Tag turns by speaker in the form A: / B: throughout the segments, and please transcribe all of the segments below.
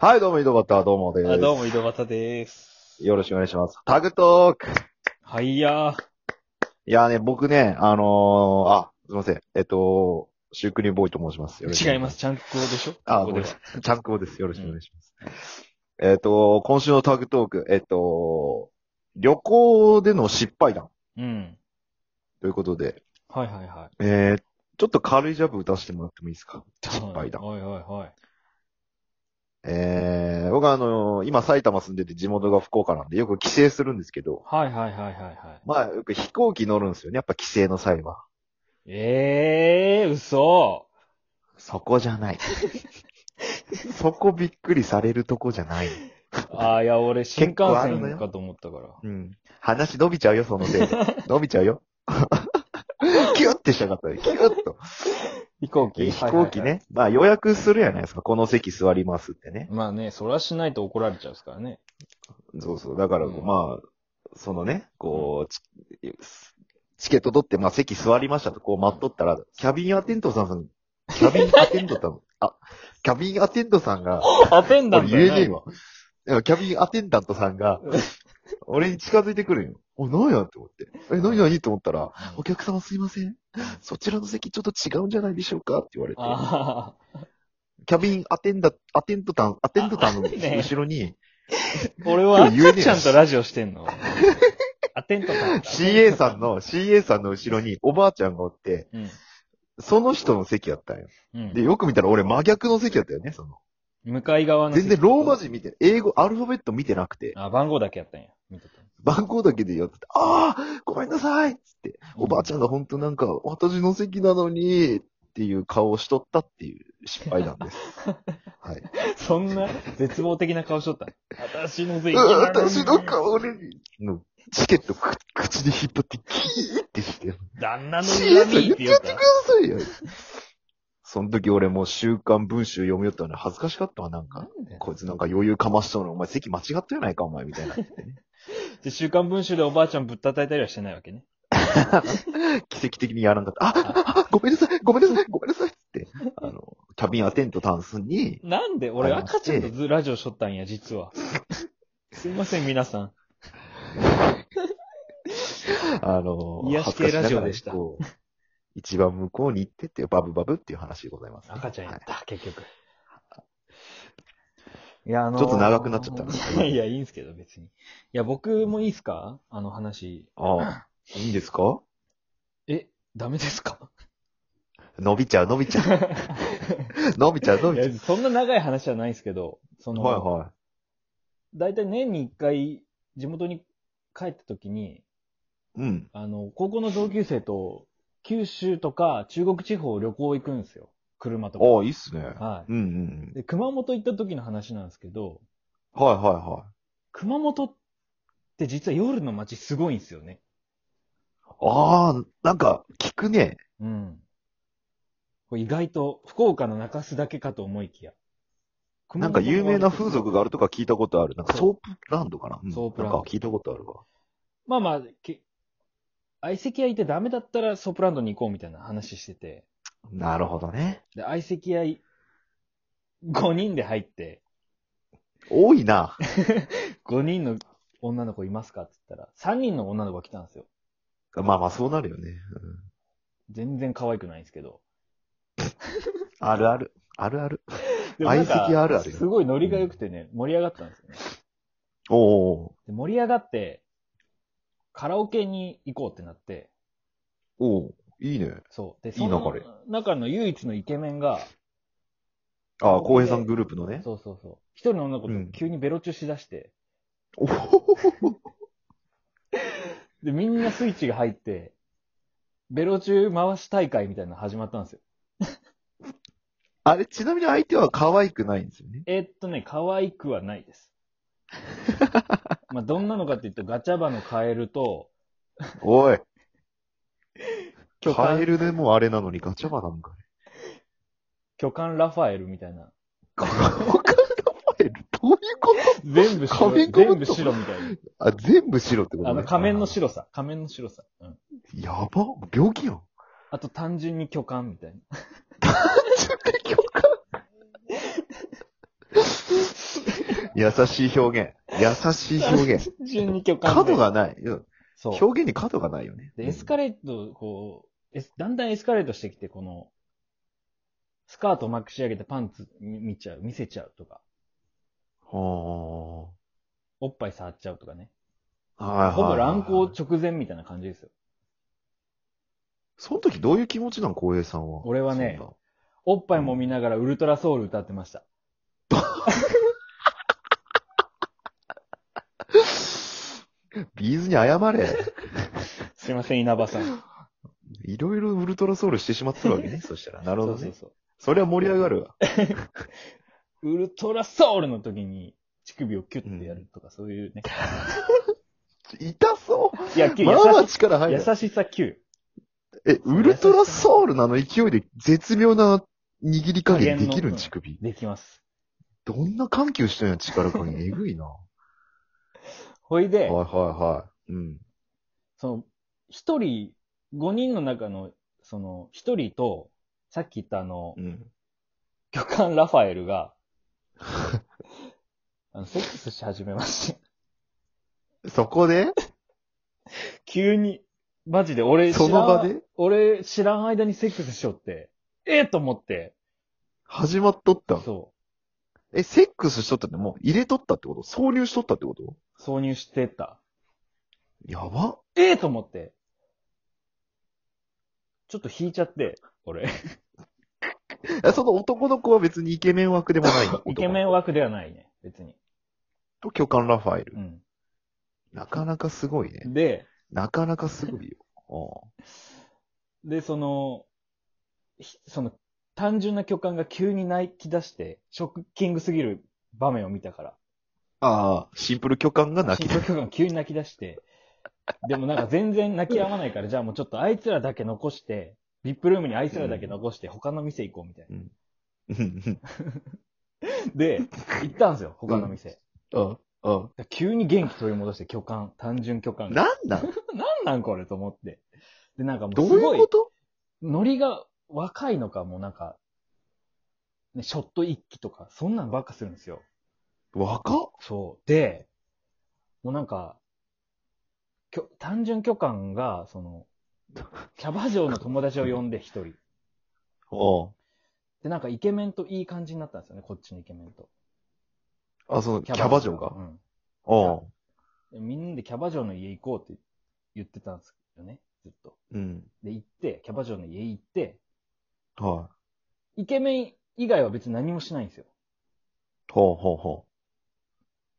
A: はい、どうも、井戸端、どうもです。
B: あどうも、井戸端です。
A: よろしくお願いします。タグトーク
B: はいやー。
A: いやね、僕ね、あのー、あ、すいません。えっと、シュークリームボーイと申します。よろしくお
B: 違い
A: 願
B: ます。ちゃんこでしょ
A: あ
B: ここ
A: ごめ
B: では
A: んす。ちゃんこです。よろしくお願いします。えっと、今週のタグトーク、えっと、旅行での失敗談
B: うん。
A: ということで、
B: はいはいはい。
A: えー、ちょっと軽いジャブ打たせてもらってもいいですか失敗談。
B: はいはいはい。
A: えー、僕はあのー今埼玉住んでて地元が福岡なんで、よく帰省するんですけど、
B: はいはいはいはいはい。
A: まあ、よく飛行機乗るんですよね。やっぱ帰省の際は。
B: ええー、嘘。
A: そこじゃない。そこびっくりされるとこじゃない。
B: あーいや、俺、新幹
A: 結構あるの
B: 線
A: よ
B: かと思ったから。
A: うん。話伸びちゃうよ、そのせいで。伸びちゃうよ。 キュッてしたかったね。キュッと。
B: 飛行
A: 飛行機ね、。まあ予約するやないですか。この席座りますってね。
B: まあね、そらしないと怒られちゃうですか らね。
A: そうそう。だから、
B: うん
A: まあ、そのね、こう、チチケット取って、まあ席座りましたと、こう待っとったら、キャビンアテントさん、キャビンアテントさん、あ、キャビンアテントさんが、
B: アテンダン
A: 俺言
B: トや
A: え
B: な
A: ねえわ。だからキャビンアテンダントさんが、俺に近づいてくるんよ。おい、何やって思って。え、何何って思ったら、
B: うん
A: お客様すいません。そちらの席ちょっと違うんじゃないでしょうかって言われて。
B: あ
A: キャビンアテンダ、アテントタン、アテントタンの
B: あねえ
A: 後ろに、
B: ー俺は、
A: 言えねえ
B: 赤ちゃんとラジオしてんの。アテントさ んだ。
A: CA さんの、CA さんの後ろにおばあちゃんがおって、
B: うん。
A: その人の席やったんよ。
B: うん。
A: で、よく見たら俺真逆の席やったよね、その。
B: 向かい側の席。
A: 全然ローマ字見て、英語、アルファベット見てなくて、
B: あ、番号だけやったんや。見てた。
A: 番号だけでやってて、ああごめんなさいっつって、おばあちゃんが本当なんか、私の席なのに、っていう顔をしとったっていう失敗なんです。はい。
B: そんな絶望的な顔しとった。私の税
A: う
B: 金
A: わ
B: なに
A: 私の顔に、のチケットく口で引っ張って、キーってして、
B: 旦那の
A: シエ
B: 恨
A: さん
B: み
A: 言
B: っ
A: ってて
B: 言
A: や
B: う
A: ってく
B: か
A: だ。さいよ。その時俺もう週刊文集読みよったのに恥ずかしかったわ、なんか。
B: なんで
A: こいつなんか余裕かましそうな、お前席間違ったやないか、お前、みたいな。
B: で週刊文集でおばあちゃんぶったたいたりはしてないわけね。
A: 奇跡的にやらんかった。ああ、あごめんなさい、ごめんなさい、ごめんなさいって、あの、キャビンアテントタンスに、
B: なんで俺赤ちゃんとずラジオしとったんや、実は。すいません、皆さん。
A: あの、
B: 癒し系ラジオでし
A: 恥ず
B: た
A: かながらこう一番向こうに行ってっていう、バブバブっていう話でございます、
B: 赤ちゃんやっ
A: はい
B: た、結局。いや、あのー
A: ちょっと長くなっちゃったない
B: やいや、いいんすけど、別に。いや、僕もいいっすかあの話。
A: ああ、いいんですか
B: え、ダメですか
A: 伸びちゃう、伸びちゃ う。伸びちゃう、伸
B: い
A: びちゃ。
B: や、そんな長い話じゃないんすけど、そうの、
A: はいは
B: 大体年に一回、地元に帰った時に、
A: い。うん。
B: あの、高校の同級生と、九州とか中国地方を旅行行くんですよ。車と
A: ああ、いいっすね。
B: か。は
A: うんうん
B: い。。で、熊本行った時の話なんですけど、
A: はいはいは
B: 熊本って実は夜の街すごいんですよね。
A: い。ああ、なんか、聞くね。
B: うん。これ意外と、福岡の中洲だけかと思いきや。
A: なんか有名な風俗があるとか聞いたことある。なんか
B: そ
A: ソ
B: う
A: ープランドかな、うん
B: ソープランド
A: なんか聞いたことあるわ。
B: まあまあ、け相席屋行ってダメだったらソープランドに行こうみたいな話してて。
A: なるほどね。
B: で、相席屋い5人で入って、
A: 多いな。
B: 5人の女の子いますかって言ったら、3人の女の子が来たんですよ。
A: まあまあ、そうなるよね。
B: 全然可愛くないんですけど。
A: あるある。あるある。
B: でもなんか
A: 相席あるあるよ
B: すごいノリが良くてね、盛り上がったんですよね。
A: おお
B: で盛り上がって、カラオケに行こうってなって、
A: おおいいね。
B: そう。で、
A: いい流
B: そ
A: れ
B: の中の唯一のイケメンが、
A: ああ、浩平さんグループのね。
B: そうそうそう。一人の女の子と急にベロチューしだして、
A: おお
B: で、みんなスイッチが入って、ベロチュー回し大会みたいなの始まったんですよ。
A: あれ、ちなみに相手は可愛くないんですよね。
B: えーっとね、可愛くはない です。まあ、どんなのかっていうと、ガチャバのカエルと、
A: おい。
B: 巨
A: カエ
B: 漢、
A: ルでもあれなのにガチャバなん かね。
B: 巨漢ラファエルみたいな。
A: カエルどういうこと
B: 全部白、
A: 仮面かぶっ
B: 全
A: た
B: 部白みたい
A: あ、全部白ってこと
B: な。あ
A: ね
B: の、仮面の。白さ。仮面の白さ。うん。
A: やば。病気やん。
B: あと、単純に巨漢みたいな。
A: ちょっと許可優しい表現。優しい表 現。
B: 順に巨漢で
A: 角がない。うん
B: そう。
A: 表現に角がないよね。
B: で、エスカレート、こう、エスだんだんエスカレートしてきて、この、スカートまくし上げてパンツ見見ちゃう、見せちゃうとか、
A: は
B: おっぱい触っちゃうとかね。
A: あ。はいはいはい。
B: ほぼ乱行直前みたいな感じですよ。
A: その時どういう気持ちなの浩平さんは。
B: 俺はね
A: そんな
B: おっぱいも見ながらウルトラソウル歌ってました。
A: ビーズに謝れ。
B: すいません、稲葉さん。
A: いろいろウルトラソウルしてしまってるわけね。そしたら。なるほどね。そ
B: そうそう
A: れは盛り上がるわ。
B: そう。ウルトラソウルの時に乳首をキュッてやるとか、そ ういうね。
A: 痛そ
B: いや、キ
A: う。
B: ュ
A: まあまあ
B: 優し
A: 力入る。
B: 優しさキュ
A: え、ウルトラソウルなの勢いで絶妙な握り加減できるん乳首。
B: できます。
A: どんな緩急してんの力加 減。えぐいな。は
B: ほい
A: いは
B: で、
A: いはい。うん。
B: その、一人、五人の中の、その、一人と、さっき言ったあの
A: う、ん。
B: 巨漢ラファエルが、 あの、セックスし始めまして。
A: そこで
B: 急に、マジで俺知らん、
A: その場で
B: 俺知らん間にセックスしよって、ええと思って、
A: 始まっとった。
B: そ
A: え、セックスしとったってもう入れとったってこと挿入しとったってこと
B: う、挿入してた。
A: やば。
B: ええと思って。ちょっと引いちゃって、俺。
A: えその男の子は別にイケメン枠でもない。
B: イケメン
A: 男
B: 枠ではないね、別に。
A: と巨漢ラファエル
B: う。ん。
A: なかなかすごいね。
B: で、
A: なかなかすごい よ。あ
B: で、その、ひその、単純な巨漢が急に泣き出して、ショッキングすぎる場面を見たから。
A: あー、シンプル巨漢が泣
B: シ
A: き
B: ンプル巨漢が急に泣き出して、でもなんか全然泣き止まないから、じゃあもうちょっとあいつらだけ残して、ビップルームにあいつらだけ残して、他の店行こうみたい
A: うん
B: な。で、行ったんですよ、他の店。
A: うんうん
B: で急に元気取り戻して巨漢、単純巨漢が。
A: なんなん
B: なんなんこれと思って。で、なんかもう
A: どう
B: す
A: い
B: ご
A: う
B: い
A: こ、と
B: ノリが若いのか、もうなんか、ね、ショット一気とか、そんなんばっかするんですよ。
A: 若っ
B: そう。で、もうなんか、きょ単純巨漢が、その、キャバ嬢の友達を呼んで一人。
A: あ
B: で、なんかイケメンといい感じになったんですよね、こっちのイケメンと。
A: あ、その、キャバ嬢
B: う
A: が
B: ん
A: ああ。
B: で。みんなでキャバ嬢の家行こうって言ってたんですよね、ずっと。
A: うん。
B: で、行って、キャバ嬢の家行って、
A: は
B: イケメン以外は別に何もしないんですよ。
A: い。ほうほうほ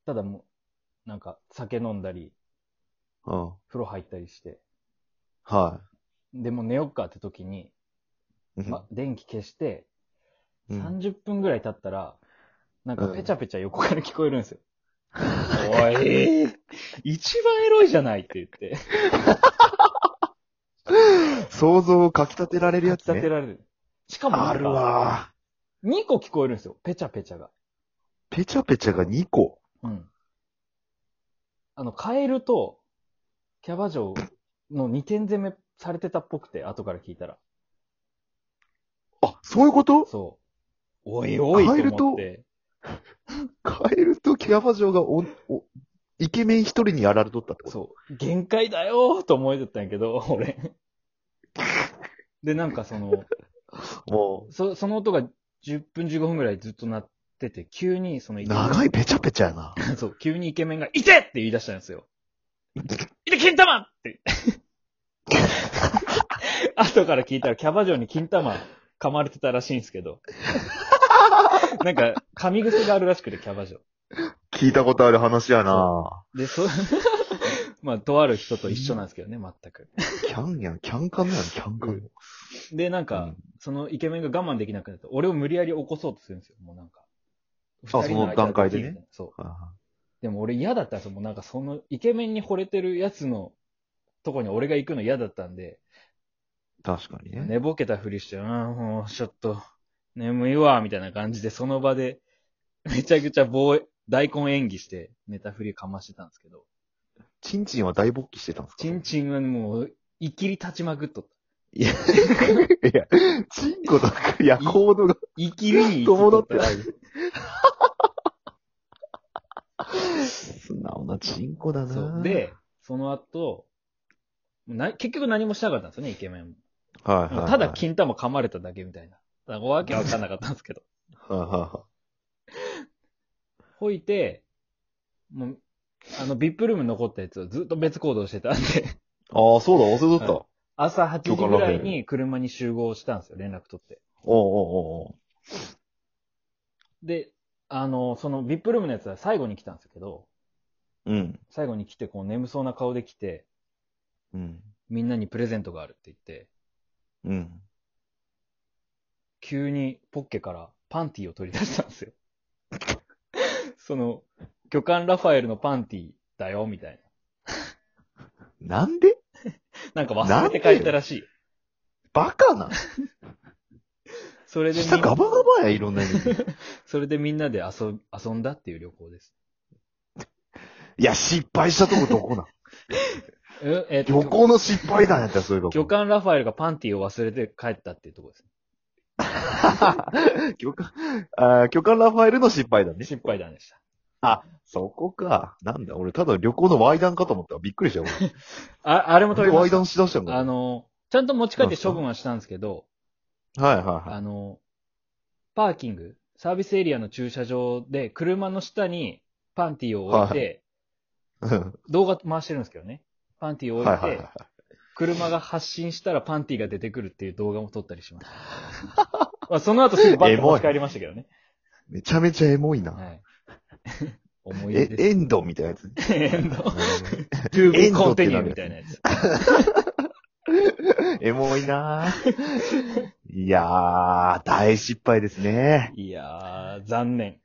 B: ただもう、なんか酒飲んだり、
A: う。うん。
B: 風呂入ったりして。
A: は
B: で、もう寝よっかって時に、
A: い。うん
B: ま、電気消して、
A: うん
B: 30分ぐらい経ったら、なんか
A: うん
B: ペチャペチャ横から聞こえるんですよ。おい、 一番エロいじゃないって言って、
A: 想像をかきたてられるや
B: 立
A: つ
B: ち立て
A: ね。
B: られる。しかも
A: あ
B: なん
A: る
B: か、
A: わ。
B: 2個聞こえるんですよ、ペチャペチャが。
A: ペチャペチャが2個。
B: うん。あの、カエルと、キャバ嬢の2点攻めされてたっぽくて、後から聞いたら。
A: あ、そういうこと
B: そう。おいおいと
A: カエルと
B: 思って。
A: カエルとキャバ嬢がお、お、イケメン一人にやられとったってこと
B: そう。限界だよーと思いとったんやけど、俺。で、なんかその、
A: も
B: そその音が10分15分ぐらいずっと鳴ってて、急にその
A: う、
B: イケメン
A: 長いペチャペチャやな。
B: そう、急にイケメンが、いてって言い出したんですよ。いて、金玉って。 後から聞いたら、キャバ嬢に金玉噛まれてたらしいんです けど。なんか、噛み癖があるらしくて、キャバ嬢。
A: 聞いたことある話やな。
B: で、そう、 まあ、とある人と一緒なんですけどね、全く。
A: キャンやん、キャンカンやん、キャンカン。
B: で、なん
A: う
B: か
A: ん、
B: そのイケメンが我慢できなくなって、俺を無理やり起こそうとするんですよ、もうなんか。
A: あその段階でね
B: 二人の間に。そう。
A: あ
B: でも俺嫌だったんですよ。もうなんかそのイケメンに惚れてるやつのとこに俺が行くの嫌だったんで、
A: あ確かにね。
B: 寝ぼけたふりして、うん、もうちょっと眠いわ、みたいな感じでその場で めちゃくちゃ棒、大根演技して寝たふりかましてたんですけど、
A: チンチンは大勃起してたんですか
B: チンチンはもう、いきり立ちまくっとった。
A: いや、いや、チンコとか、いや、行動が
B: いきりに生きと
A: 伴
B: っ
A: って
B: た
A: ない。チンコだ
B: そ
A: な
B: う。で、、その後、な結局何もしなかったんですよね、イケメンも。
A: はいはいはい、
B: ただ金玉噛まれただけみたいな。だからわけわかんなかったんですけど。
A: はいはいはい
B: ほいて、もう、あの、ビップルームに残ったやつをずっと別行動してたんで、
A: ああ、そうだ、忘れとった。
B: は朝8時ぐらいに車に集合したんですよ、連絡取って。
A: おうおうおう
B: で、あの、そのビップルームのやつは最後に来たんですけど、
A: おう。うん。
B: 最後に来て、こう眠そうな顔で来て、
A: うん。
B: みんなにプレゼントがあるって言って、
A: うん。
B: 急にポッケからパンティーを取り出したんですよ。 その、巨漢ラファエルのパンティーだよ、みたい
A: なんで
B: な。なんか忘れて帰ったらしい。
A: バカな
B: それでみん
A: 下ガバガバや、いろんな意味で。
B: それでみんなで遊遊んだっていう旅行です。
A: いや、失敗したとこどこなん
B: え、えっ
A: 旅
B: と、
A: 行の失敗談やったら、そういうと
B: 巨
A: こ。
B: 漢ラファエルがパンティを忘れて帰ったっていうところです、
A: 巨漢、あー巨漢ラファエルの失敗談
B: ね。
A: ね。
B: 失敗談でした。
A: そこか。なんだ、俺ただ旅行のワイダンかと思ったらびっくり したよ。
B: あ、あれも取
A: 俺
B: りま
A: ワイ
B: し
A: ダ
B: た。
A: ンしだしたんだ。
B: あ
A: はい
B: の、ちゃんと持ち帰って処分はしたんですけど、
A: はいは
B: あの、パーキング、サービスエリアの駐車場で車の下にパンティを置いて、
A: いうん。
B: 動画回してるんですけどね。パンティを置いて、
A: はいはいはい。
B: 車が発進したらパンティが出てくるっていう動画も撮ったりしました。 まあその後すぐバッと持ち帰りましたけどね。
A: めちゃめちゃエモい
B: は
A: な。
B: い。 思い出
A: え、
B: です。
A: エンドみたいな やつ。
B: エンド。トゥーコンテニューみたいなやつ。
A: エモいなぁ。いやー、大失敗ですね。
B: いやー、残念。